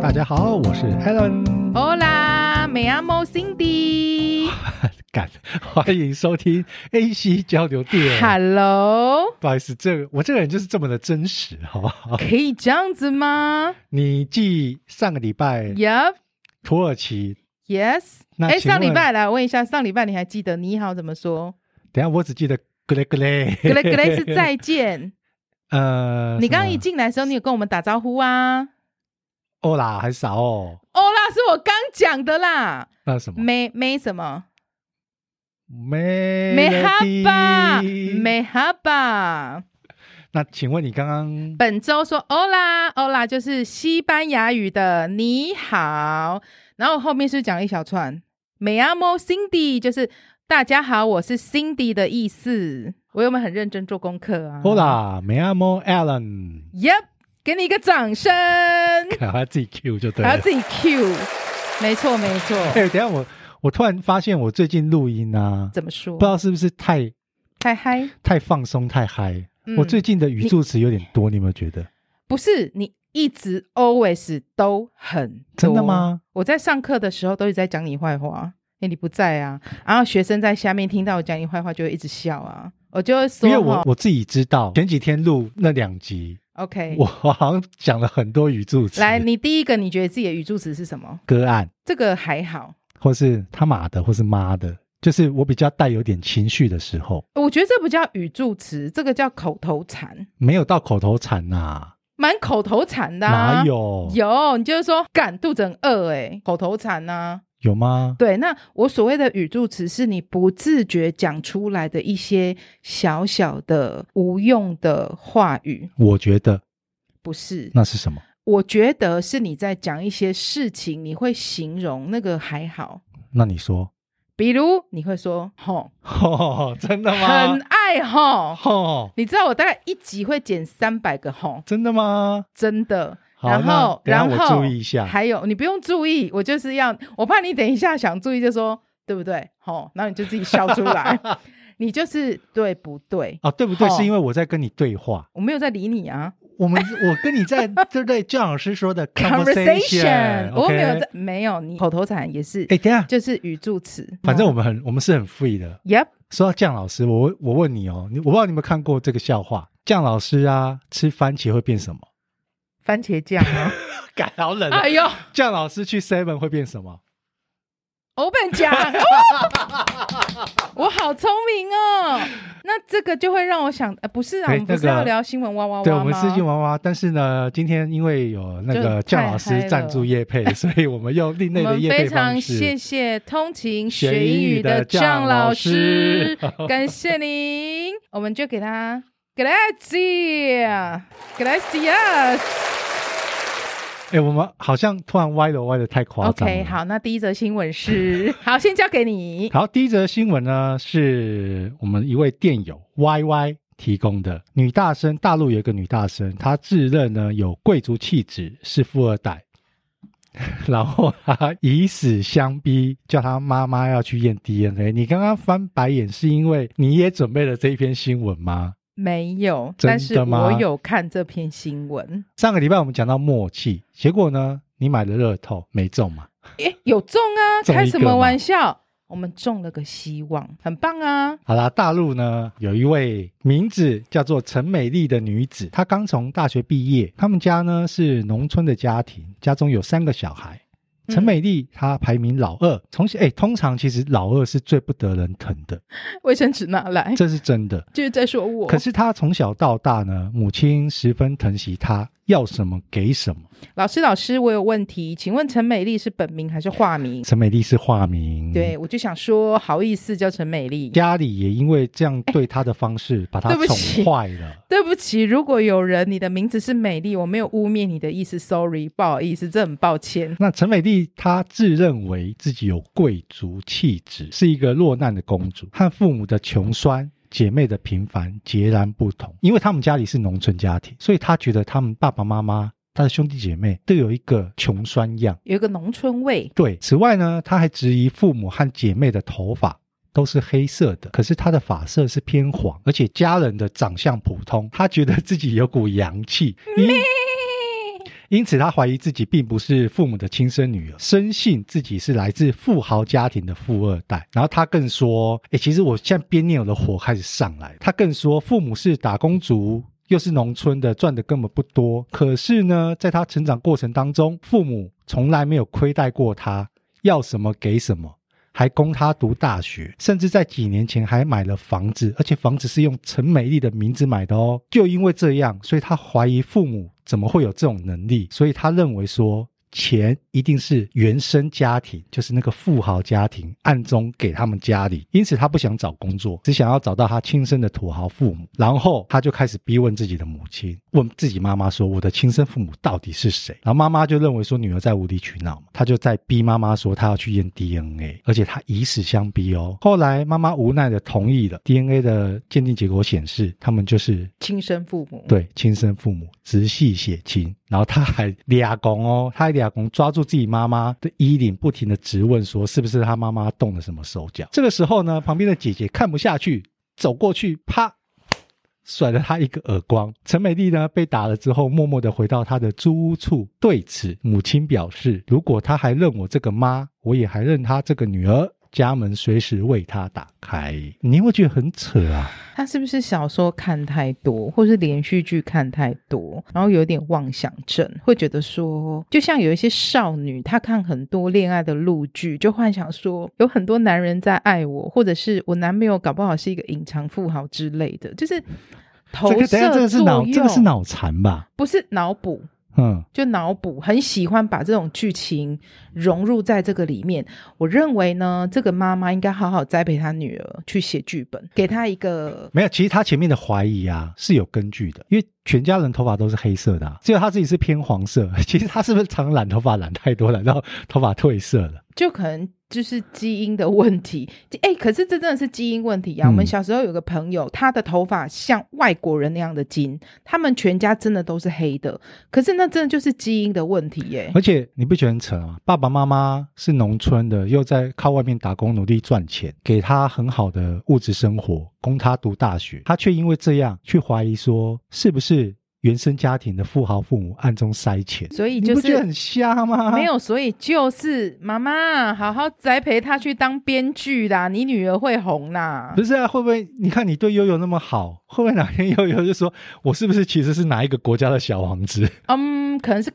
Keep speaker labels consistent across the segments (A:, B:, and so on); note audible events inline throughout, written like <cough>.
A: 大家好，我是 Alan，
B: Hola, me amo Cindy。
A: <laughs> 感 <laughs> 欢迎收听 AC 交流电。
B: Hello，
A: 不好意思，这个我这个人就是这么的真实，好不好？ <laughs>
B: 可以这样子吗
A: 你继上个礼拜
B: ？Yep,
A: 土耳其，
B: yes。
A: 那
B: 哎，
A: 请
B: 上礼
A: 问
B: 拜来我问一下，上礼拜你还记得你好怎
A: <laughs>
B: 么说？
A: 等一下我只记得格雷格雷，
B: 格雷格雷是再见。
A: <laughs> 呃，
B: 你刚刚
A: 什么
B: 一进来的时候，你有跟我们打招呼啊
A: 欧啦还是啥哦？
B: ？Hola 是我刚讲的啦，
A: 那什么
B: 没没什么，
A: 没
B: 没哈吧，没哈吧。
A: 那请问你刚刚
B: 本周说 Hola，Hola 就是西班牙语的你好，然后后面是讲了一小串 Me amo Cindy，就是大家好，我是 Cindy 的意思。我有没有很认真做功课啊
A: o l a m e amo Alan， <laughs>
B: Yep，给你一个掌声，
A: 赶快自己 Q 就对
B: 还
A: 了
B: 要。自己 Q，没错没
A: <laughs>
B: 错。
A: 哎、等一下我我突然发现我最近录音啊，
B: 怎么说
A: 不知？道是不是太
B: 太嗨！
A: 太放松太嗨、
B: 嗯
A: 我最近的语助词有点多，你有没有觉得？
B: 不是你一直 always 都很多
A: 真的吗？
B: 我在上课的时候都一直在讲你坏话，因为你不在啊。然后学生在下面听到我讲你坏话，就会一直笑啊。我就会说
A: 因为
B: 哈
A: 我我自己知道，前几天录那两集，
B: ，OK，
A: 我好像讲了很多语助词，
B: 来，你第一个你觉得自己的语助词是什么？
A: 个案，
B: 这个还好，
A: 或是他妈的，或是妈的，就是我比较带有点情绪的时候，
B: 我觉得这不叫语助词，这个叫口头禅，
A: 没有到口头禅呐、
B: 蛮口头禅的、啊。
A: 哪？有
B: 有，你就是说，干肚子很饿哎、口头禅呐、啊。
A: 有吗？
B: 对，那我所谓的语助词是你不自觉讲出来的一些小小的无用的话语，
A: 我觉得
B: 不是？
A: 那是什么？
B: 我觉得是你在讲一些事情，你会形容那个还好，
A: 那你说， <laughs>
B: 比如你会说“吼
A: 哦，真”，的吗？
B: 很爱吼。
A: 哦，
B: 你知道我大概一集会剪三百个吼，
A: <laughs> 真的吗？
B: 真的。
A: 好
B: 然
A: 那
B: 后，
A: 等一下
B: 然
A: 我
B: 后
A: 注意一下
B: 还有，你不用注意，我就是要，我怕你等一下想注意就说对不对？吼，然后你就自己笑
A: <laughs>
B: 出来，你就是对不对？
A: 哦，对不对？
B: 哦
A: 是因为我在跟你对话，
B: 我没有在理你啊
A: 我们我跟你在对不对？姜老师说的 <laughs>
B: ，conversation，我
A: OK
B: 没有在，没有你口头禅也是，
A: 哎，等一下，
B: 就是语助词。
A: 反正我们很我们是很 free 的。
B: Yep，
A: 说到姜老师，我我问你哦，你我不知道你有没有看过这个笑话，姜老师啊，吃番茄会变什么？ <laughs>
B: 番茄酱啊！
A: 感好冷啊
B: 哎！呦，
A: 姜老师去 Seven 会变什么？
B: open
A: <laughs>
B: 讲，哦我好聪明哦。那这个就会让我想，呃，不是啊，
A: 哎
B: 我们不是
A: 那个
B: 要聊新闻哇哇哇吗？
A: 对，我们是新娃娃，但是呢，今天因为有那个
B: 就
A: 姜老
B: 太嗨
A: 师
B: 了
A: 赞助叶配，所以我们用另类
B: 我
A: 的
B: 们
A: 叶
B: 非
A: 配方
B: 常
A: 式。
B: 谢谢通勤
A: 学
B: 学英
A: 英语
B: 语
A: 的
B: 的
A: 酱
B: 张
A: 老
B: 老师
A: 师，
B: 感谢您，我们就给他 gracias，gracias。
A: 哎，我们好像突然歪了，歪的太夸张了。
B: OK，好，那第一则新
A: <laughs>
B: 闻是，好，先交给你。
A: 好，第一则新闻呢，是我们一位电友 Y Y 提供的女大生，大陆有一个女大生，她自认呢有贵族气质，是富二代， <laughs> 然后她以死相逼，叫她妈妈要去验 DNA。你刚刚翻白眼是因为你也准备了这一篇新闻吗？
B: 没有，
A: 真的
B: 但是我
A: 吗
B: 有看这篇新闻。
A: 上个礼拜我们讲到默契，结果呢，你买了乐透没中嘛？
B: 诶，有中啊！
A: 中一个
B: 开什么
A: 嘛
B: 玩笑？我们中了个希望，很棒啊！
A: 好啦，大陆呢有一位名字叫做陈美丽的女子，她刚从大学毕业，他们家呢是农村的家庭，家中有三个小孩。
B: 嗯
A: 陈美丽她排名老二，从小哎、通常其实老二是最不得人疼
B: <laughs>
A: 的，
B: 卫生纸拿来，
A: 这是真的。
B: 就是在说我。
A: 可是她从小到大呢，母亲十分疼惜她，要什么给什么。
B: 老师，老师，我有问题，请问陈美丽是本名还是化名？
A: 陈美丽是化名，，
B: 对，我就想说，好意思叫陈美丽。
A: 家里也因为这样对她的方式，把她
B: 对不
A: 宠
B: 起
A: 坏了。
B: 对不起，如果有人你的名字是美丽，我没有污蔑你的意思，sorry，不好意思，这很抱歉。
A: 那陈美丽她自认为自己有贵族气质，是一个落难的公主，和父母的穷酸。姐妹的平凡截然不同，因为他们家里是农村家庭，所以她觉得他们爸爸妈妈、她的兄弟姐妹都有一个穷酸样。
B: 有一个农村味，
A: 对，此外呢，她还质疑父母和姐妹的头发都是黑色的，可是她的发色是偏黄，而且家人的长相普通，她觉得自己有股洋气。因因此她怀疑自己并不是父母的亲生女儿，深信自己是来自富豪家庭的富二代。然后她更说：“诶，其实我现在边念我的火开始上来。”她更说：“父母是打工族。”又是农村的，赚的根本不多。可是呢，在她成长过程当中，父母从来没有亏待过她，要什么给什么，还供她读大学，甚至在几年前还买了房子，而且房子是用陈美丽的名字买的哦。就因为这样，所以她怀疑父母怎么会有这种能力，所以她认为说。钱一定是原生家庭，就是那个富豪家庭暗中给他们家里，因此他不想找工作，只想要找到他亲生的土豪父母。然后他就开始逼问自己的母亲，问自己妈妈说：“我的亲生父母到底是谁？”然后妈妈就认为说女儿在无理取闹嘛，他就在逼妈妈说他要去验 DNA，而且他以死相逼哦。后来妈妈无奈的同意了，DNA 的鉴定结果显示他们就是
B: 亲生父母，，
A: 对，亲生父母直系血亲，然后他还俩公哦，他还俩公抓住自己妈妈的衣领，不停的质问说是不是他妈妈动了什么手脚。这个时候呢，旁边的姐姐看不下去，走过去，啪。甩了他一个耳光，陈美丽呢被打了之后，默默的回到她的租屋处。对此，母亲表示，如果她还认我这个妈，我也还认她这个女儿，家门随时为她打开。你会觉得很扯啊？
B: 他是不是小说看太多，或是连续剧看太多，然后有点妄想症，会觉得说，就像有一些少女，她看很多恋爱的录剧，就幻想说有很多男人在爱我，或者是我男朋友搞不好是一个隐藏富豪之类的，就是投
A: 这个等一下这
B: 射
A: 个是
B: 作
A: 脑
B: 用，
A: 这个是脑残吧？
B: 不是脑补，
A: 嗯，
B: 就脑补，很喜欢把这种剧情融入在这个里面。我认为呢，这个妈妈应该好好栽培她女儿去写剧本，给她一个
A: 没有，其实他前面的怀疑啊是有根据的，因为全家人头发都是黑色的、啊，只有他自己是偏黄色。 <laughs> 其实他是不是常染头发染太多了，然后头发褪色了？
B: 就可能就是基因的问题。哎、可是这真的是基因问题
A: 嗯
B: 呀、我们小时候有个朋友，他的头发像外国人那样的金，他们全家真的都是黑的。可是那真的就是基因的问题耶、
A: 而且你不觉得很扯吗？爸爸妈妈是农村的，又在靠外面打工努力赚钱，给他很好的物质生活，供他读大学，他却因为这样去怀疑说是不是原生家庭的富豪父母暗中塞钱，
B: 所以
A: 你
B: 就
A: 不觉得
B: 是
A: 很瞎吗？
B: 没。有，所以就是妈妈好好栽培她去当编剧啦，你女儿会红啦。
A: 不是啊，会不会你看你对悠悠那么好， <laughs> 会不会哪天悠悠就说我是不是其实是哪一个国家的小王
B: <laughs>
A: 子？
B: 嗯，可能是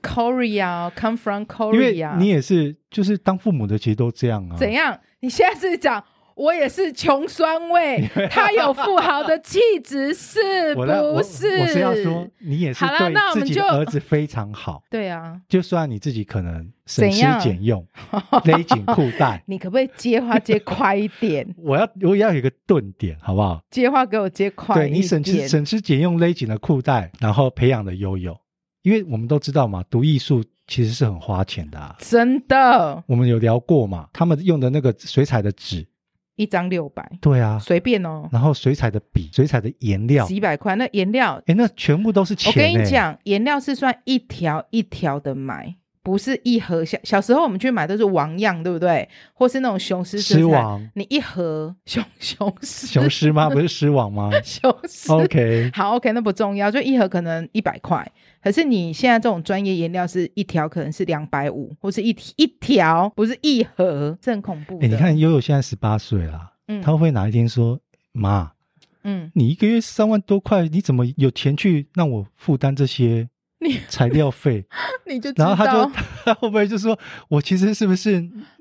B: Korea，come from
A: 因为
B: Korea。
A: 你也是，就是当父母的其实都这样啊。
B: 哦怎样？你现在是讲我也是穷
A: <laughs>
B: 酸味，他有富豪的气质，是不
A: 我在我
B: 是？
A: 我是要说，你也是
B: 好啦
A: 对
B: 那我们
A: 自己的
B: 就
A: 儿子非常好， <laughs>
B: 对啊，
A: 就算你自己可能省
B: 怎
A: 吃
B: 样
A: 俭
B: <laughs>
A: 用，勒紧裤带。
B: 你可不可以接话接快一
A: <laughs>
B: 点？
A: 我要我要有一个顿点，好不好？
B: 接话给我接快
A: 对
B: 一点。
A: 你省吃省吃俭用勒紧了裤带，然后培养的悠悠，因为我们都知道嘛，读艺术其实是很花钱的、啊。
B: 真的，
A: 我们有聊过嘛，他们用的那个水彩的纸，
B: 一张六百，
A: 对啊，
B: 随便哦，
A: 然后水彩的笔、水彩的颜料，
B: 几百块。那颜料，
A: 哎，那全部都是钱、
B: 我
A: 欸。
B: 跟你，讲，颜料是算一条一条的买。不是一盒小小时候我们去买都是王样，对不对？或是那种雄狮
A: 狮
B: 水产
A: 王
B: 你一盒雄雄狮
A: 雄狮吗？不是狮王吗
B: <laughs> 雄狮
A: ？OK，
B: <laughs> 好，OK，那不重要，就一盒可能一百块，可是你现在这种专业颜料是一条可能是两百五，或是一一条，不是一盒，这很恐怖
A: 哎、
B: 的。
A: 你，看悠悠现在十八岁啦，
B: 嗯
A: 他会不会哪一天说妈，
B: 嗯，
A: 你一个月三万多块，你怎么有钱去让我负担这些
B: 你 <laughs>
A: 材料费？
B: 你 <laughs> 就知
A: 然后
B: 道
A: 他就 <laughs> 他会不会就说，我其实是不是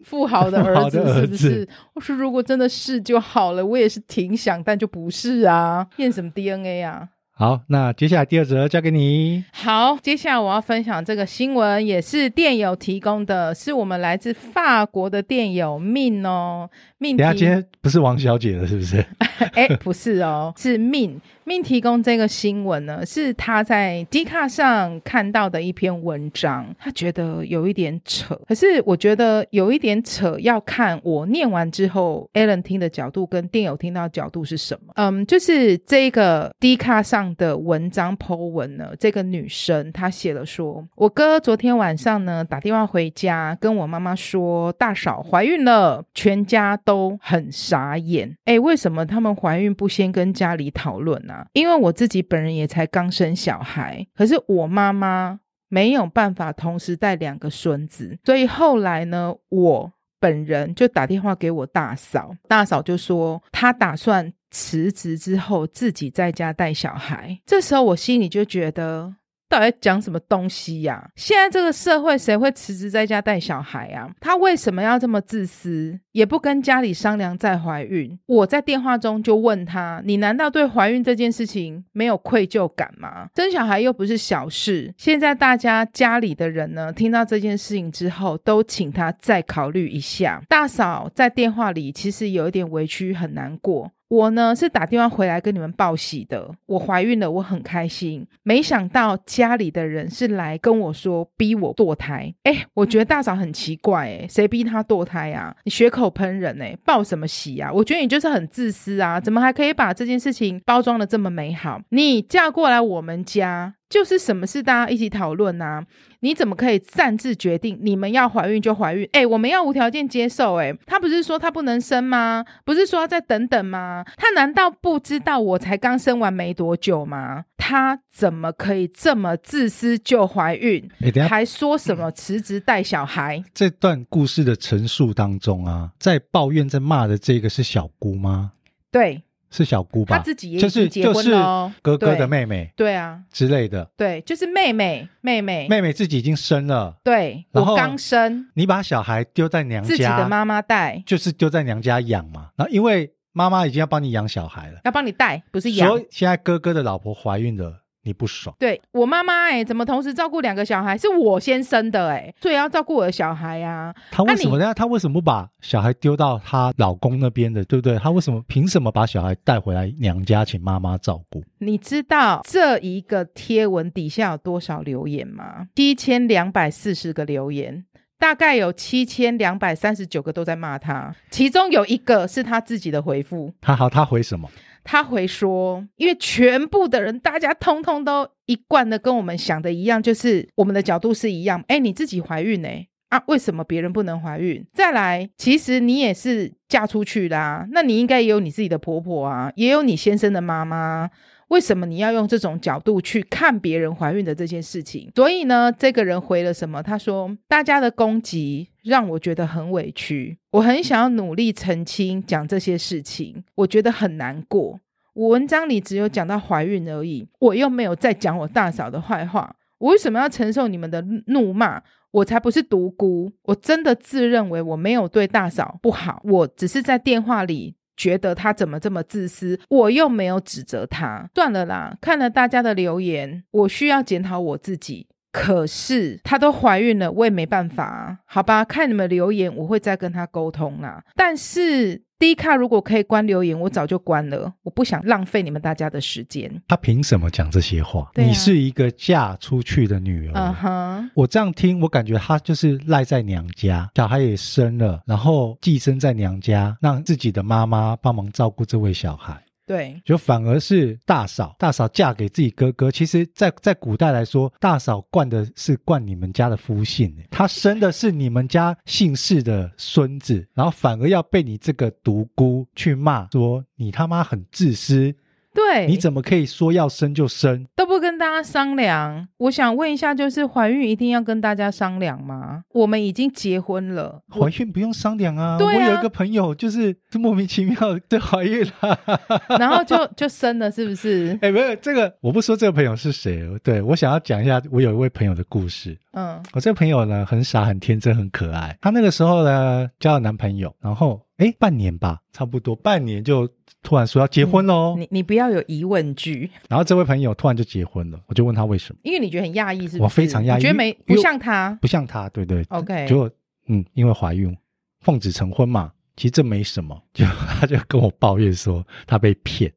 B: 富豪的
A: 富豪的
B: 儿子
A: 儿
B: 是不
A: 子
B: 是？我说如果真的是就好了，我也是挺想，但就不是啊，验什么 DNA 啊？
A: 好？那接下来第二则交给你。
B: 好，接下来我要分享这个新闻，也是电友提供的，是我们来自法国的电友命哦，命
A: 等一下
B: 提
A: 今天不是王小姐了，是不是？
B: <laughs> 哎，不是哦，是命命提供这个新闻呢，是他在 d 卡上看到的一篇文章，他觉得有一点扯，可是我觉得有一点扯要看我念完之后 Alan 听的角度跟电友听到的角度是什么。嗯，就是这个 d 卡上的文章 Po 文呢，这个女生她写了说，我哥昨天晚上呢打电话回家跟我妈妈说大嫂怀孕了，全家都很傻眼。哎，为什么他们怀孕不先跟家里讨论啊？因为我自己本人也才刚生小孩，可是我妈妈。没有办法同时带两个孙子，所以后来呢，我本人就打电话给我大嫂，大嫂就说她打算辞职之后自己在家带小孩。这时候我心里就觉得。到底在讲什么东西呀、现在这个社会，谁会辞职在家带小孩啊？她为什么要这么自私？也不跟家里商量再怀孕。我在电话中就问她：“你难道对怀孕这件事情没有愧疚感吗？生小孩又不是小事。”现在大家家里的人呢，听到这件事情之后，都请她再考虑一下。大嫂在电话里其实有一点委屈，很难过。我呢是打电话回来跟你们报喜的，我怀孕了，我很开心。没想到家里的人是来跟我说逼我堕胎，哎，我觉得大嫂很奇怪，哎，谁逼她堕胎啊？你血口喷人哎，报什么喜啊？我觉得你就是很自私啊，怎么还可以把这件事情包装的这么美好？你嫁过来我们家。就是什么事大家一起讨论啊！你怎么可以擅自决定你们要怀孕就怀孕？哎、我们要无条件接受、哎，他不是说他不能生吗？不是说要再等等吗？他难道不知道我才刚生完没多久吗？他怎么可以这么自私就怀孕？
A: 哎，等一下
B: 还说什么辞职带小孩？
A: 这段故事的陈述当中啊，在抱怨在骂的这个是小姑吗？
B: 对
A: 是小姑吧？
B: 他自己也已
A: 就
B: 经
A: 是
B: 结
A: 就
B: 婚
A: 是
B: 了哦
A: 哥哥的
B: 对
A: 妹妹
B: 对啊，
A: 之类的，
B: 对，就是妹妹，妹妹，
A: 妹妹自己已经生了，
B: 对
A: 然后
B: 我刚生，
A: 你把小孩丢在娘
B: 自己的
A: 家，
B: 妈妈带，
A: 就是丢在娘家养嘛。然后因为妈妈已经要帮你养小孩了，
B: 要帮你带，不是养
A: 所。以现在哥哥的老婆怀孕了，你不爽。
B: 对我妈妈哎、怎么同时照顾两个小孩？是我先生的哎、所以要照顾我的小孩啊。
A: 她为什么？
B: 那
A: 等一下她为什么不把小孩丢到她老公那边的，对不对？她为什么凭什么把小孩带回来娘家，请妈妈照顾？
B: 你知道这一个贴文底下有多少留言吗？七千两百四十个留言，大概有七千两百三十九个都在骂他，其中有一个是他自己的回复。
A: 她好，她回什么？
B: 他回说，因为全部的人，大家通通都一贯的跟我们想的一样，就是我们的角度是一样。哎，你自己怀孕呢、啊，为什么别人不能怀孕？再来，其实你也是嫁出去啦、那你应该也有你自己的婆婆啊，也有你先生的妈妈啊。为什么你要用这种角度去看别人怀孕的这件事情？所以呢，这个人回了什么？他说：“大家的攻击让我觉得很委屈，我很想要努力澄清讲这些事情，我觉得很难过。我文章里只有讲到怀孕而已，我又没有在讲我大嫂的坏话，我为什么要承受你们的怒骂？”我才不是独孤，我真的自认为我没有对大嫂不好，我只是在电话里觉得他怎么这么自私，我又没有指责他，算了啦。看了大家的留言，我需要检讨我自己。可是她都怀孕了，我也没办法、啊，好吧？看你们留言，我会再跟她沟通啦。但是低卡如果可以关留言，我早就关了，我不想浪费你们大家的时间。
A: 她凭什么讲这些话？
B: 对啊
A: 你是一个嫁出去的女儿。
B: 嗯哼，
A: 我这样听，我感觉她就是赖在娘家，小孩也生了，然后寄生在娘家，让自己的妈妈帮忙照顾这位小孩。
B: 对
A: 就反而是大嫂，大嫂嫁给自己哥哥。其实在，在古代来说，大嫂冠的是冠你们家的夫姓，她生的是你们家姓氏的孙子，然后反而要被你这个独孤去骂，说你他妈很自私，
B: 对，
A: 你怎么可以说要生就生？
B: 都不跟大家商量。我想问一下，就是怀孕一定要跟大家商量吗？我们已经结婚了，
A: 怀孕不用商量啊！
B: 对啊
A: 我有一个朋友就是就莫名其妙就怀孕了。 <laughs>
B: 然后就就生了，是不是？
A: 哎，没有这个，我不说这个朋友是谁。对我想要讲一下，我有一位朋友的故事。
B: 嗯，
A: 我这个朋友呢，很傻、很天真、很可爱。她那个时候呢，交了男朋友，然后哎，半年吧，差不多半年就突然说要结婚喽。
B: 嗯你你不要有疑问句，
A: 然后这位朋友突然就结婚了，我就问他为什么，
B: 因为你觉得很讶异，是不是？
A: 我非常讶异
B: 你觉得没
A: 因为
B: 不像他。
A: 不像他，对对
B: OK，
A: 结果嗯，因为怀孕，奉子成婚嘛，其实这没什么。就她就跟我抱怨说她被骗，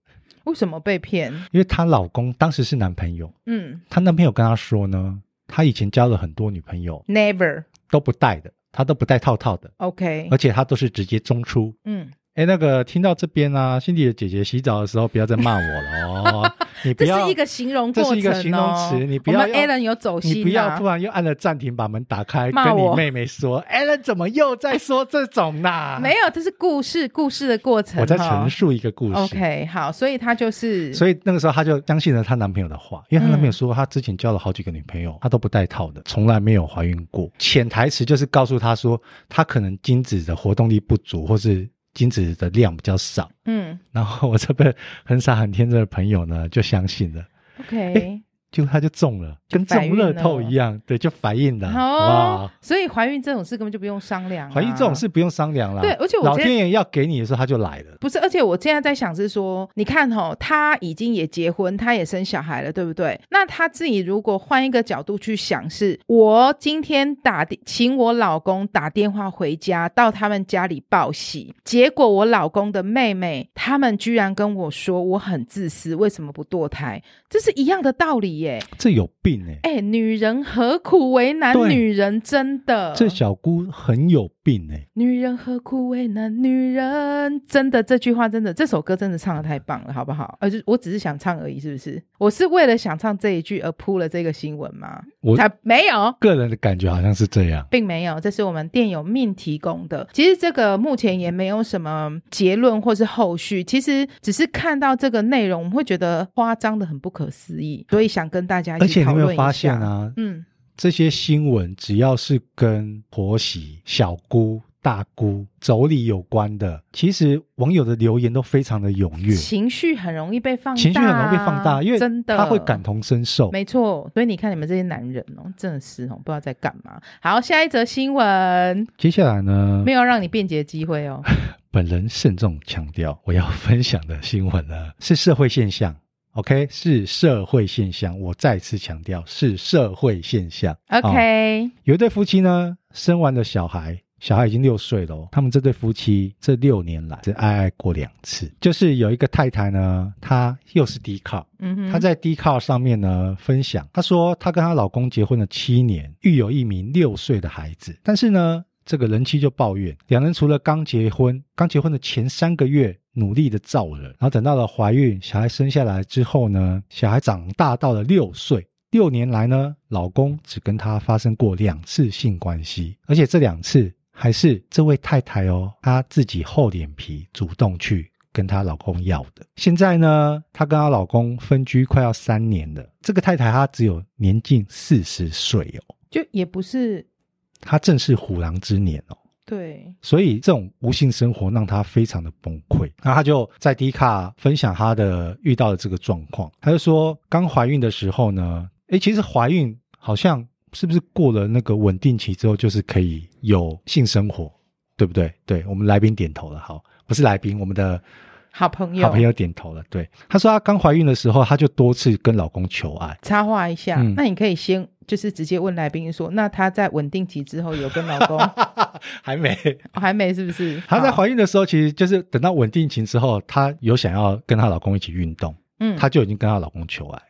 B: 为什么被骗？
A: 因为她老公当时是男朋友，
B: 嗯
A: 她男朋友跟她说呢，她以前交了很多女朋友
B: ，never。
A: 都不戴的，她都不戴套套的，
B: OK，
A: 而且她都是直接中出。
B: 嗯， <laughs>
A: 哎，那个听到这边啊，辛迪的姐姐洗澡的时候不要再骂我了哦，你不
B: 这
A: 要
B: 是一个形容
A: 这
B: 过
A: 是
B: 程、哦，
A: 一个形容词，你不要
B: 我们
A: 要
B: Alan 有走心、啊，
A: 你不要突然又按了暂停，把门打开，
B: 骂
A: 跟你
B: 我
A: 妹妹说 a l l n 怎么又在说这种啦？
B: <laughs> 没有，这啊是故事，故事的过程。
A: 我在
B: 哈
A: 陈述一个故事。
B: OK，好，所以他就是，
A: 所
B: 以
A: 以那个时候，她就相信了她男朋友的话，因为她男朋友
B: 嗯
A: 说她之前交了好几个女朋友，她都不戴套的，从来没有怀孕过。潜台词就是告诉她说，她可能精子的活动力不足，或是精子的量比较少。
B: 嗯
A: 然后我这边很傻很天真的朋友呢，就相信了， <laughs>
B: ，OK，
A: 结果她就中了，
B: 就
A: 跟
B: 反
A: 中
B: 应
A: 乐透
B: 了
A: 一样，对，就反应了，
B: 好
A: 哇！
B: 哦。所以怀孕这种事根本就不用商量、啊
A: 怀疑这种事。不用商量啦。
B: 对而且我
A: 老
B: 今天
A: 天爷要给你的时候他就来了。
B: 不是，而且我现在在想是说，你看哈、哦，他已经也结婚，他也生小孩了，对不对？那他自己如果换一个角度去想是，我今天打的请我老公打电话回家，到他们家里报喜，结果我老公的妹妹他们居然跟我说我很自私，为什么不堕胎？这是一样的道理耶。
A: 这有病哎、
B: 哎、女人何苦为难
A: 对
B: 女人？真的，
A: 这小姑很有病哎、
B: 女人何苦为难女人？真的，这句话真的，这首歌真的唱的太棒了，好不好？呃，就我只是想唱而已，是不是？我是为了想唱这一句而铺了这个新闻吗？
A: 我
B: 才没有，
A: 个人的感觉好像是这样。
B: 并没有，这是我们店友命提供的。其实这个目前也没有什么结论或是后续，其实只是看到这个内容，我们会觉得夸张的很不可思议，所以想跟大家一
A: 而
B: 起
A: 且你
B: 讨
A: 有没
B: 论
A: 有
B: 一
A: 发
B: 下。
A: 现啊？
B: 嗯，
A: 这些新闻只要是跟婆媳、小姑、大姑、妯娌有关的，其实网友的留言都非常的踊跃，
B: 情绪很容易被放大啊，
A: 情绪很容易被放大，因为
B: 真的
A: 他会感同身受。
B: 没错，所以你看你们这些男人哦，真的是哦，不知道在干嘛。好，下一则新闻，
A: 接下来呢
B: 没，有让你辩解机会哦。
A: 本人慎重强调，我要分享的新闻呢是社会现象。OK，是社会现象，我再次强调是社会现象。 <laughs> 哦
B: OK，、
A: 有一对夫妻呢，生完了小孩，小孩已经六岁了哦、他们这对夫妻这六年来只爱爱过两次，就是有一个太太呢，她又是低靠，
B: 嗯哼，
A: 她在 d 靠上面呢分享，她说她跟她老公结婚了七年，育有一名六岁的孩子，但是呢，这个人妻就抱怨，两人除了刚结婚，刚结婚的前三个月。努力的造人，然后等到了怀孕，小孩生下来之后呢，小孩长大到了六岁，六年来呢，老公只跟她发生过两次性关系，而且这两次还是这位太太哦，她自己厚脸皮主动去跟她老公要的。现在呢，她跟她老公分居快要三年了，这个太太她只有年近四十岁哦，
B: 就也不是
A: 她正是虎狼之年哦。
B: 对，
A: 所以这种无性生活让她非常的崩溃。那她就在迪卡分享她的遇到的这个状况，她就说刚怀孕的时候呢，诶，其实怀孕好像是不是过了那个稳定期之后，就是可以有性生活，对不对？对我们来宾点头了，好，不是来宾，我们的
B: 好朋友，
A: 好朋友点头了。对，她说她刚怀孕的时候，她就多次跟老公求爱。
B: 插话一下，
A: 嗯
B: 那你可以先就是直接问来宾说，那她在稳定期之后有跟老
A: <laughs>
B: 公、哦
A: 还没，
B: <laughs> 还没是不是？
A: 她在
B: 好，
A: 怀孕的时候，其实就是等到稳定期之后，她有想要跟她老公一起运动，
B: 嗯，
A: 她就已经跟她老公求爱，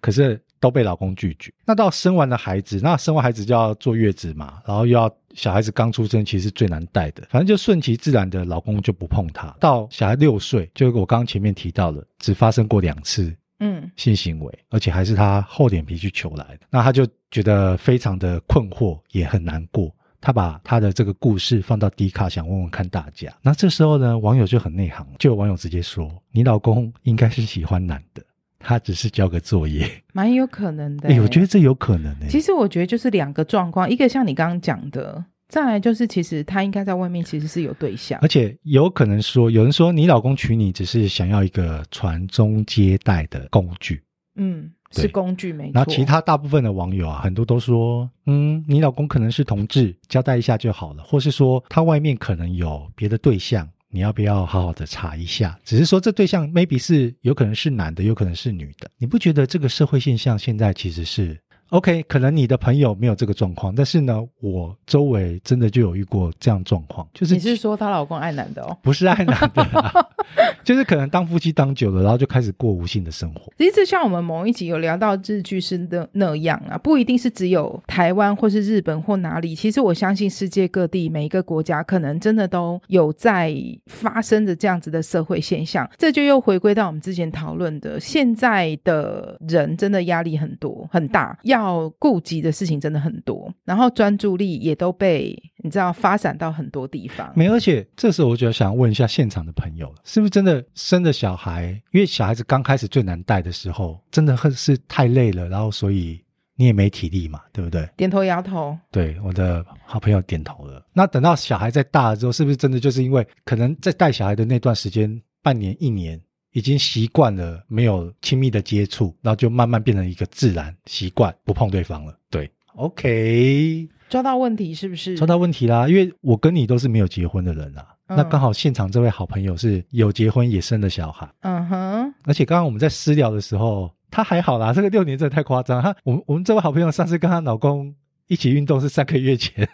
A: 可是都被老公拒绝。那到生完了孩子，那生完孩子就要坐月子嘛，然后又要小孩子刚出生，其实是最难带的。反正就顺其自然的，老公就不碰她。到小孩六岁，就我刚刚前面提到了，只发生过两次
B: 嗯
A: 性行为，而且还是她厚脸皮去求来的。那她就觉得非常的困惑，也很难过。她把她的这个故事放到迪卡，想问问看大家。那这时候呢，网友就很内行，就有网友直接说：“你老公应该是喜欢男的，他只是交个作业。
B: 蛮有可能的、欸
A: 哎，我觉得这有可能呢、
B: 其实我觉得就是两个状况，一个像你刚刚讲的，再来就是其实她应该在外面其实是有对象
A: 而，且有可能说，有人说你老公娶你只是想要一个传宗接代的工具，
B: 嗯，
A: 对
B: 是工具没错。
A: 然后其他大部分的网友啊，很多都说，嗯，你老公可能是同志，交代一下就好了，或是说他外面可能有别的对象，你要不要好好的查一下？只是说这对象 maybe 是有可能是男的，有可能是女的，你不觉得这个社会现象现在其实是 OK，可能你的朋友没有这个状况，但是呢，我周围真的就有遇过这样状况，就是
B: 你是说她老公爱男的哦？
A: 不是爱男的、啊， <laughs> 就是可能当夫妻当久了，然后就开始过无性的生活。
B: 其实像我们某一集有聊到日剧是那那样啊，不一定是只有台湾或是日本或哪里。其实我相信世界各地每一个国家，可能真的都有在发生着这样子的社会现象。这就又回归到我们之前讨论的，现在的人真的压力很多很大，要顾及的事情真的很多，然后专注力也都被你知道发散到很多地方。
A: 没有，而且这时候我就想问一下现场的朋友了，是不是真的生了小孩？因为小孩子刚开始最难带的时候，真的很是太累了，然后所以你也没体力嘛，对不对？
B: 点头摇头，
A: 对，我的好朋友点头了。那等到小孩再大了之后，是不是真的就是因为可能在带小孩的那段时间，半年、一年，已经习惯了没有亲密的接触，然后就慢慢变成一个自然习惯，不碰对方了。对，OK，
B: 抓到问题是不是？
A: 说到问题啦，因为我跟你都是没有结婚的人啦。
B: 嗯
A: 那刚好现场这位好朋友是有结婚也生了小孩，
B: 嗯哼，
A: 而且刚刚我们在私聊的时候，她还好啦，这个六年真的太夸张。她我们我们这位好朋友上次跟她老公一起运动是三个月 <laughs> 前，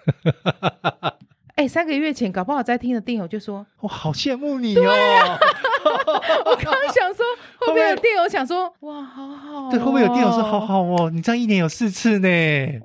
B: 哎，三个月前搞不好在听的电友就
A: <laughs>
B: 说，
A: 我好羡慕你哦。 <laughs>
B: 我刚刚想说，会不会
A: 会
B: 有
A: 不会
B: 电友想说，哇，好好、哦，
A: 对，会不会有电友说好？好哦？你这样一年有四次呢？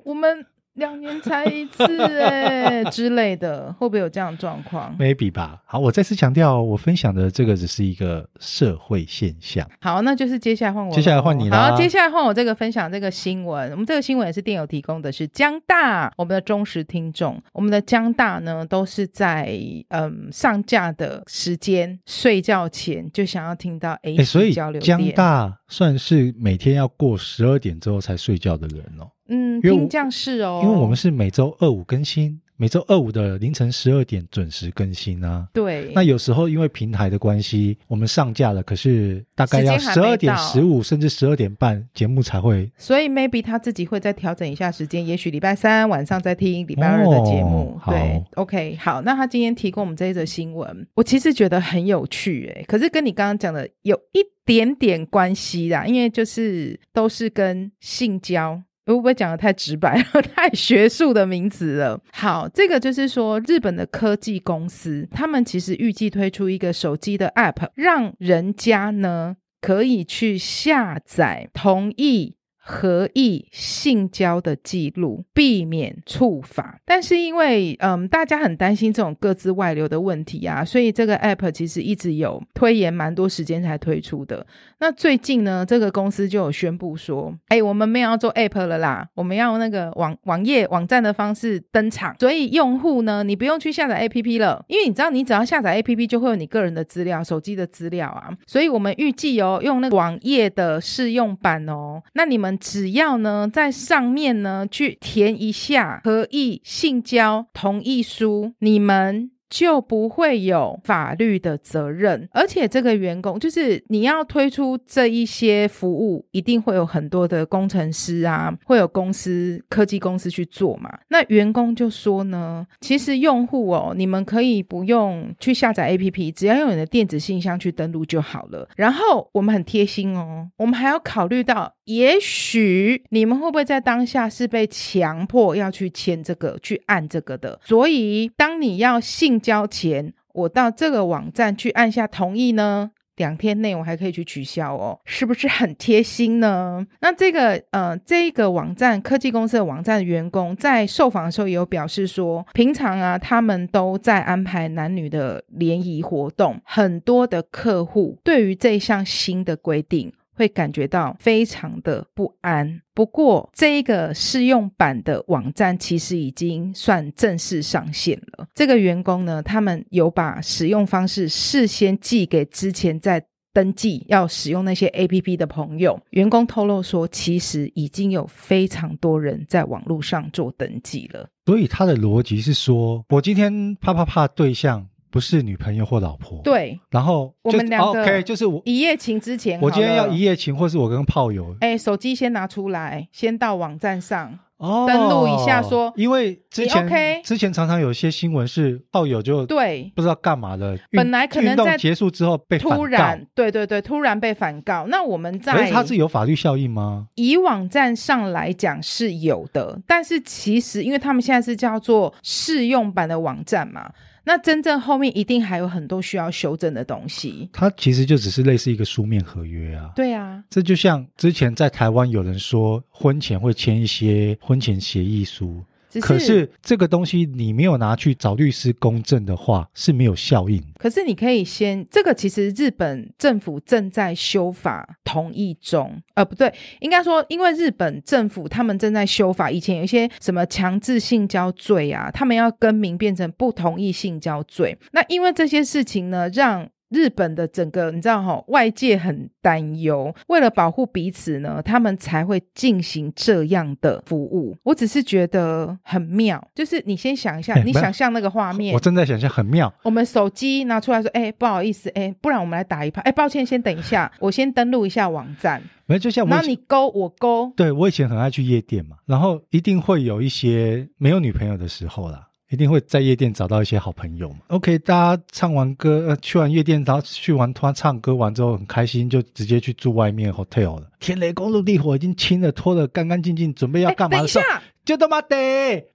B: 我们两年才一次哎、之类的，会不会有这样的状况？
A: maybe 吧。好，我再次强调哦，我分享的这个只是一个社会现象。
B: 好，那就是接下来换我，
A: 接下来换你啦
B: 好，接下来换我这个分享这个新闻。我们这个新闻也是电友提供的，是江大我们的忠实听众。我们的江大呢，都是在嗯上架的时间睡觉前就想要听到 A
A: 哎，所以
B: 交流
A: 江
B: 电。
A: 大算是每天要过十二点之后才睡觉的人哦，
B: 嗯，
A: 因为我
B: 听将是哦，
A: 因为我们是每周二五更新，每周二五的凌晨十二点准时更新啊。
B: 对
A: 那有时候因为平台的关系，我们上架了，可是大概要
B: 时间
A: 十
B: 还没
A: 二
B: 到
A: 点十五甚至十二点半节目才会
B: 所以 maybe 他自己会再调整一下时间，也许礼拜三晚上再听礼拜二的节目。
A: 哦
B: 对，OK，好，那他今天提供我们这一则新闻，我其实觉得很有趣、诶，可是跟你刚刚讲的有一点点关系啦，因为就是都是跟性交。会不会讲的太直白了， <laughs> 太学术的名词了？好，这个就是说，日本的科技公司，他们其实预计推出一个手机的 App，让人家呢可以去下载同意。合意性交的记录，避免触法。但是因为嗯，大家很担心这种各自外流的问题啊，所以这个 app 其实一直有推延蛮多时间才推出的。那最近呢，这个公司就有宣布说，哎、我们没有要做 app 了啦，我们要用那个网网页网站的方式登场。所以用户呢，你不用去下载 app 了，因为你知道，你只要下载 app 就会有你个人的资料、手机的资料啊。所以我们预计哦，用那个网页的试用版哦，那你们只要呢在上面呢去填一下合意性交同意书，你们就不会有法律的责任。而且这个员工，就是你要推出这一些服务，一定会有很多的工程师啊，会有公司科技公司去做嘛。那员工就说呢，其实用户哦，你们可以不用去下载 APP，只要用你的电子信箱去登录就好了。然后我们很贴心哦，我们还要考虑到，也许你们会不会在当下是被强迫要去签这个、去按这个的，所以当你要性交前，我到这个网站去按下同意呢，两天内我还可以去取消哦，是不是很贴心呢？那这个呃，这个网站科技公司的网站的员工在受访的时候也有表示说，平常啊，他们都在安排男女的联谊活动，很多的客户对于这项新的规定。会感觉到非常的不安。不过，这一个试用版的网站其实已经算正式上线了。这个员工呢，他们有把使用方式事先寄给之前在登记要使用那些 APP 的朋友。员工透露说，其实已经有非常多人在网络上做登记了。
A: 所以他的逻辑是说，我今天啪啪啪对象不是女朋友或老婆，，
B: 对，
A: 然后
B: 我
A: 就
B: 们两个
A: OK，就是我
B: 一夜情之前好
A: 我
B: 了，
A: 今天要一夜情，或是我跟炮友
B: 哎，手机先拿出来，先到网站上。
A: 哦，
B: 登录一下说
A: 因为之前
B: 你 OK？
A: 之前常常有些新闻是炮友就
B: 对，
A: 不知道干嘛了，运
B: 本来可能
A: 运动
B: 在
A: 结束之后被反
B: 突然，对对对，突然被反告。那我们
A: 告，可
B: 在
A: 是它是有法律效应吗？
B: 以网站上来讲是有的，但是其实因为他们现在是叫做试用版的网站嘛，那真正后面一定还有很多需要修正的东西。
A: 它其实就只是类似一个书面合约啊。
B: 对啊，
A: 这就像之前在台湾有人说，婚前会签一些婚前协议书，
B: 只
A: 可是这个东西你没有拿去找律师公证的话是没有效应的。
B: 可是你可以先，这个其实日本政府正在修法同意中，呃，不对，应该说，因为日本政府他们正在修法，以前有一些什么强制性交罪啊，他们要更名变成不同意性交罪。那因为这些事情呢，让日本的整个你知道哈、外界很担忧，为了保护彼此呢，他们才会进行这样的服务。我只是觉得很妙，就是你先想一下，
A: 哎
B: 你
A: 没有
B: 想象那个画面，
A: 我正在想象很妙，
B: 我们手机拿出来说，哎、不好意思，哎、不然我们来打一炮，哎、抱歉，先等一下，
A: <laughs>
B: 我先登录一下网站，
A: 没有就像我
B: 然
A: 以
B: 后
A: 前
B: 你勾我勾，
A: 对我以前很爱去夜店嘛，然后一定会有一些没有女朋友的时候啦，一定会在夜店找到一些好朋友嘛。OK，大家唱完歌，呃，去完夜店，然后去完突然唱歌完之后很开心，就直接去住外面 hotel 了。天雷公路地火已经清了，拖得干干净净，准备要
B: 哎、
A: 干嘛
B: 等
A: 的
B: 一
A: 时
B: 下
A: 候，，就他妈的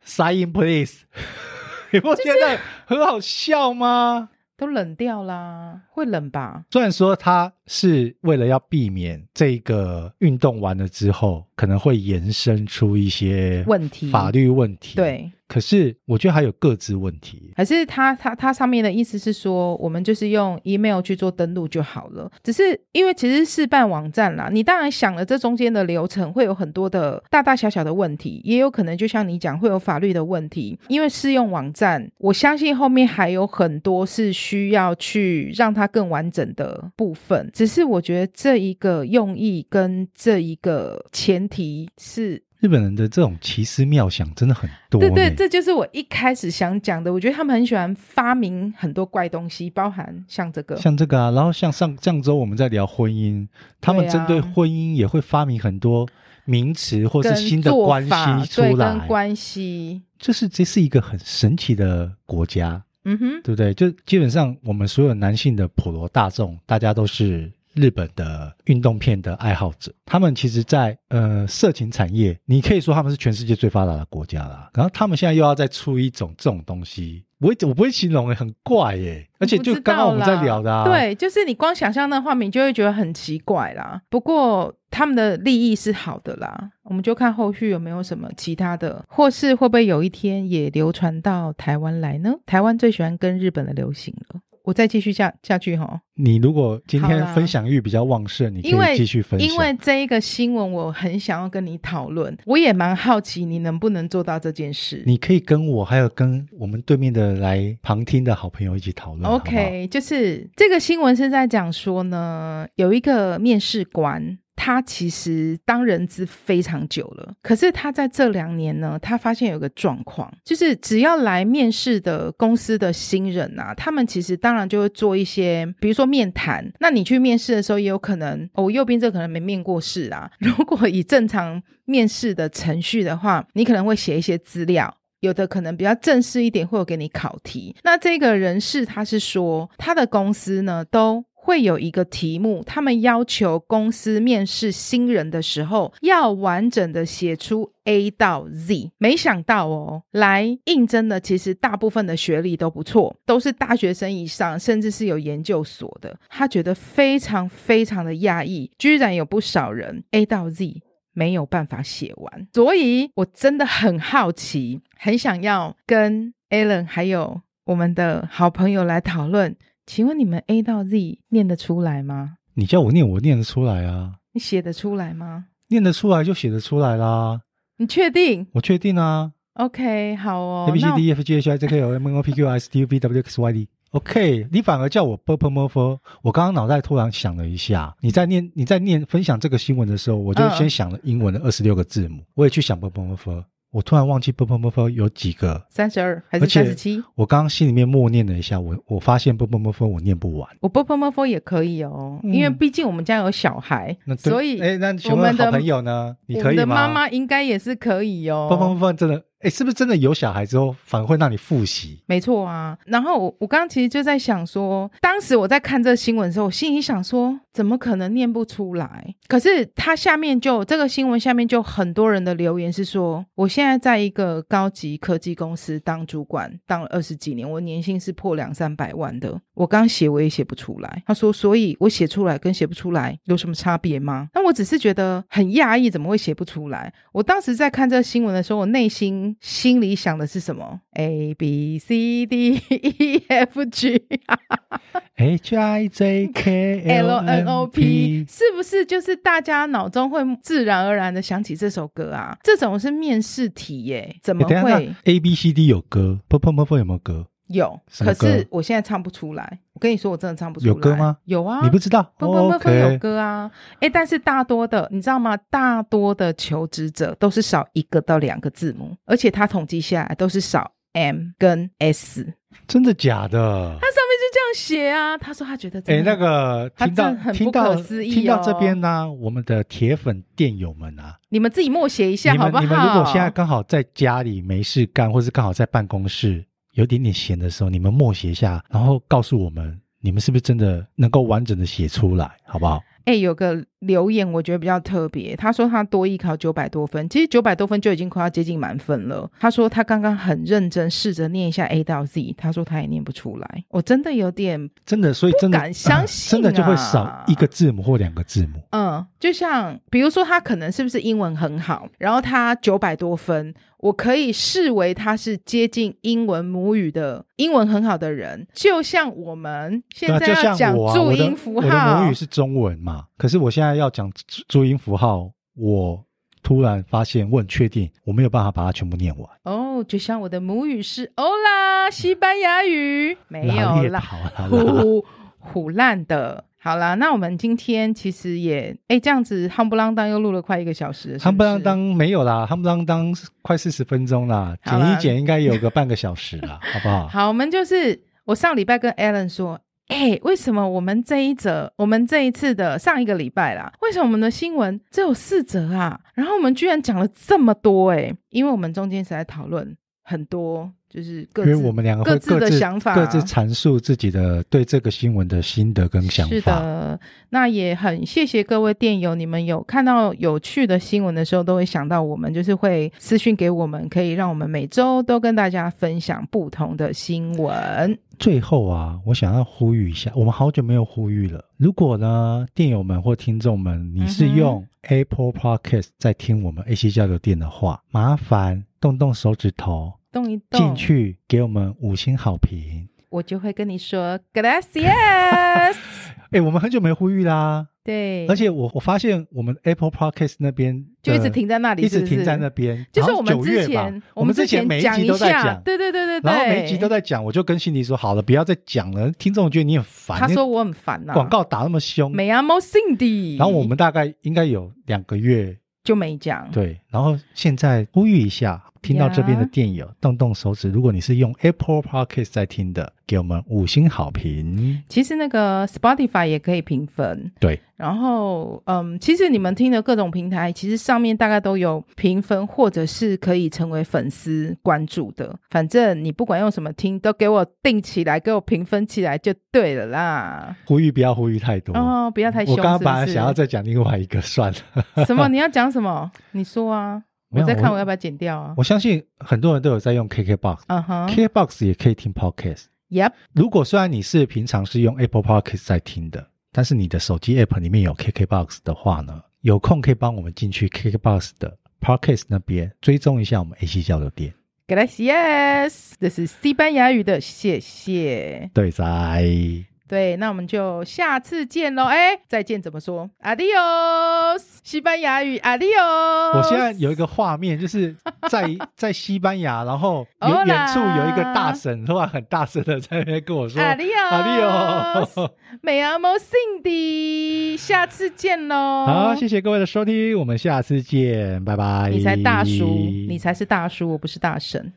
A: sign in please，你不觉得很好笑吗？
B: 都冷掉啦，会冷吧？
A: 虽然说它是为了要避免这个运动完了之后可能会延伸出一些
B: 问题
A: 法律问题，。
B: 对，
A: 可是我觉得还有各自问题，
B: 还是他他他上面的意思是说，我们就是用 email 去做登录就好了。只是因为其实事办网站啦，你当然想了这中间的流程会有很多的大大小小的问题，也有可能就像你讲会有法律的问题。因为试用网站，我相信后面还有很多是需要去让它更完整的部分。只是我觉得这一个用意跟这一个前提是
A: 日本人的这种奇思妙想真的很多呢。
B: 对对，这就是我一开始想讲的。我觉得他们很喜欢发明很多怪东西，包含像这个。
A: 像这个啊，然后像上上周我们在聊婚姻，他们
B: 对啊
A: 针对婚姻也会发明很多名词或是
B: 跟
A: 新的
B: 做
A: 关
B: 法
A: 系
B: 对，
A: 出
B: 跟
A: 来，
B: 关系，
A: 就是这是一个很神奇的国家。
B: 嗯哼，
A: 对不对？就基本上我们所有男性的普罗大众，大家都是日本的运动片的爱好者。他们其实在，呃色情产业，你可以说他们是全世界最发达的国家啦。然后他们现在又要再出一种这种东西，我会我不会形容诶，很怪耶、而且就刚刚我们在聊的啊，
B: 我不知道啦，对，就是你光想象那画面，你就会觉得很奇怪啦。不过他们的利益是好的啦，我们就看后续有没有什么其他的，或是会不会有一天也流传到台湾来呢？台湾最喜欢跟日本的流行了。我再继续下下去哈，
A: 你如果今
B: 好
A: 天
B: 啦
A: 分享欲比较旺盛，你
B: 因
A: 可
B: 为
A: 以继续分享。
B: 因为这一个新闻，我很想要跟你讨论，我也蛮好奇你能不能做到这件事。
A: 你可以跟我，还有跟我们对面的来旁听的好朋友一起讨论。好不好
B: OK，就是这个新闻是在讲说呢，有一个面试官。他其实当人资非常久了，可是他在这两年呢，他发现有个状况，就是只要来面试的公司的新人啊，他们其实当然就会做一些，比如说面谈。那你去面试的时候，也有可能，哦，我右边这可能没面过试啊。 <laughs> 如果以正常面试的程序的话，你可能会写一些资料，有的可能比较正式一点，会有给你考题。那这个人事他是说，他的公司呢都会有一个题目，他们要求公司面试新人的时候要完整的写出 A 到 Z。没想到哦，来应征的其实大部分的学历都不错，都是大学生以上，甚至是有研究所的。他觉得非常非常的讶异，居然有不少人 A 到 Z 没有办法写完，所以我真的很好奇，很想要跟 Alan 还有我们的好朋友来讨论。请问你们 A 到 Z 念得出来吗？
A: 你叫我念，我念得出来啊。
B: 你写得出来吗？
A: 念得出来就写得出来啦，
B: 你确定
A: 我确定啊。
B: ？OK，好哦
A: A。B C
B: 那
A: D E F G H I J K L M N O P Q R S T U V W X Y D。OK，你反而叫我 purple m o f o 我刚刚脑袋突然想了一下，你在念你在念分享这个新闻的时候，我就
B: 嗯
A: 先想了英文的二十六个字母，我也去想 purple m o f o 我突然忘记啵啵啵啵有几个，
B: 三十二还
A: 而
B: 是
A: 且
B: 三十七？
A: 我刚刚心里面默念了一下，我我发现啵啵啵啵我念不完。
B: 我 b o p o m o f o 也可以哦，
A: 嗯
B: 因为毕竟我们家有小孩
A: 那，对
B: 所以
A: 哎，那请
B: 我
A: 问
B: 们的
A: 好朋友呢？你
B: 我
A: 可
B: 们
A: 以
B: 的
A: 吗？
B: 妈妈应该也是可以哦。
A: 啵啵啵啵真的，哎，是不是真的有小孩之后反而会让你复习？
B: 没错啊，然后我我刚刚其实就在想说，当时我在看这个新闻的时候，我心里想说，怎么可能念不出来？可是它下面就这个新闻下面就很多人的留言是说，我现在在一个高级科技公司当主管，当了二十几年，我年薪是破两三百万的，我刚写我也写不出来。他说，所以我写出来跟写不出来有什么差别吗？那我只是觉得很讶异，怎么会写不出来？我当时在看这个新闻的时候，我内心心里想的是什么？A B C D E F G
A: H I J K
B: L N O P，
A: P，
B: 是不是就是大家脑中会自然而然的想起这首歌啊？这种是面试题耶，怎
A: 诶
B: 么
A: 等一下
B: 会
A: 那 A B C D 有歌，啵啵啵啵有没有歌？
B: 有？
A: 什么
B: 可
A: 歌
B: 是我现在唱不出来。我跟你说，我真的唱不出来。
A: 有歌吗？
B: 有啊，
A: 你不知道？
B: 不不不不有
A: OK
B: 歌啊，哎，但是大多的你知道吗？大多的求职者都是少一个到两个字母，而且他统计下来都是少 M 跟 S。他
A: 真的假的？
B: 上面就这样写啊，他说他觉得真
A: 哎，
B: 的
A: 那个
B: 他
A: 听到
B: 真的很不
A: 听到
B: 可思议
A: 听到
B: 哦
A: 这边呢，我们的铁粉电友们啊，
B: 你们自己默写一下
A: 你
B: 好
A: 们
B: 不好？
A: 你们如果现在刚好在家里没事干，或是刚好在办公室有点点闲的时候，你们默写一下，然后告诉我们你们是不是真的能够完整的写出来，好不好？
B: 哎、有个留言我觉得比较特别，他说他多艺考九百多分，其实九百多分就已经快要接近满分了。他说他刚刚很认真试着念一下 A 到 Z，他说他也念不出来，我真的有点
A: 真的，所以真的
B: 不敢相信啊
A: 真的就会少一个字母或两个字母。
B: 嗯，就像比如说他可能是不是英文很好，然后他九百多分，我可以视为他是接近英文母语的英文很好的人，就像我们现
A: 对啊
B: 在
A: 就
B: 要
A: 像
B: 讲
A: 我、啊，
B: 注
A: 我的
B: 音符
A: 我的
B: 号，
A: 母语是中文嘛，可是我现在要讲注注音符号，我突然发现我很确定我没有办法把它全部念完，
B: 哦，就像我的母语是欧啦西班牙语，没
A: 哪
B: 有
A: 里也
B: 啦，
A: 跑啦啦。
B: 虎虎烂的。好啦，那我们今天其实也哎这样子，夯不啷当又录了快一个小时了，是
A: 夯不啷
B: 是
A: 当没有啦，夯不啷当快四十分钟啦，
B: 好
A: 减
B: 啦
A: 一减应该有个半个小时
B: <laughs>
A: 啦，好不好？
B: 好，我们就是我上礼拜跟 Alan 说，哎、为什么我们这一则，我们这一次的上一个礼拜啦，为什么我们的新闻只有四则啊？然后我们居然讲了这么多、哎，因为我们中间实在讨论很多，就是各
A: 因为
B: 自
A: 我们两个
B: 各
A: 会
B: 自
A: 各
B: 的
A: 自
B: 想法
A: 各自阐述自己的对这个新闻的心得跟想
B: 是
A: 法。
B: 的，那也很谢谢各位电友，你们有看到有趣的新闻的时候，都会想到我们，就是会私讯给我们，可以让我们每周都跟大家分享不同的新闻。
A: 最后啊，我想要呼吁一下，我们好久没有呼吁了。如果呢，电友们或听众们，你是
B: 嗯哼
A: 用 Apple Podcast 在听我们 AC 交流电的话，麻烦动动手指头
B: 动一动，
A: 进去给我们五星好评。
B: 我就会跟你说
A: <laughs>
B: gracias。
A: 哎，我们很久没呼吁啦，
B: 对，
A: 而且我我发现我们 Apple Podcast 那边
B: 就一
A: 的
B: 直停在那里
A: 呃一
B: 是
A: 直
B: 不是
A: 停在那。边，
B: 就是
A: 然后
B: 我们
A: 九
B: 之
A: 月吧
B: 前，
A: 我们之
B: 之前
A: 每一集
B: 一
A: 都在
B: 下
A: 讲，
B: 对对对对对，
A: 然后每一集都在讲，我就跟心里说好了，不要再讲了，听众觉得你很烦。
B: 他
A: 你
B: 说我很烦呐、
A: 广告打那么凶，
B: 没啊，Mo Cindy，
A: 然后我们大概应该有两个月，
B: 就没讲，
A: 对。然后现在呼吁一下，听到这边的
B: 呀
A: 电友，动动手指，如果你是用 Apple Podcast 在听的，给我们五星好评。
B: 其实那个 Spotify 也可以评分，
A: 对，
B: 然后嗯，其实你们听的各种平台，其实上面大概都有评分，或者是可以成为粉丝关注的。反正你不管用什么听，都给我定起来，给我评分起来就对了啦。
A: 呼吁不要呼吁太多。
B: 哦，不要太凶，
A: 我刚刚
B: 是不
A: 本来
B: 是
A: 想要再讲另外一个，算了。
B: 什么？你要讲
A: <laughs>
B: 什么？你说啊，
A: 没
B: 我
A: 有
B: 在看
A: 我
B: 我要不要剪掉啊。
A: 我相信很多人都有在用 KKBox。
B: 嗯哼
A: KBox 也可以听 Podcast。
B: ，Yep，
A: 如果虽然你是平常是用 Apple Podcast 在听的，但是你的手机 App 里面有 KKBox 的话呢，有空可以帮我们进去 KKBox 的 Podcast 那边追踪一下我们 AC 交流店。
B: gracias，这是西班牙语的谢谢。
A: 对在
B: 对，那我们就下次见喽！哎，再见怎么说？Adios，西班牙语 Adios。
A: 我现在有一个画面，就是 <laughs> 在在西班牙，然后有
B: Hola
A: 远处有一个大婶，突然很大声的在那边跟我说
B: 啊
A: 啊
B: Adios，
A: Adios <laughs>
B: 美阿莫 Cindy，下次见喽！
A: 好，谢谢各位的收听，我们下次见，拜拜。
B: 你才大叔，你才是大叔，我不是大神。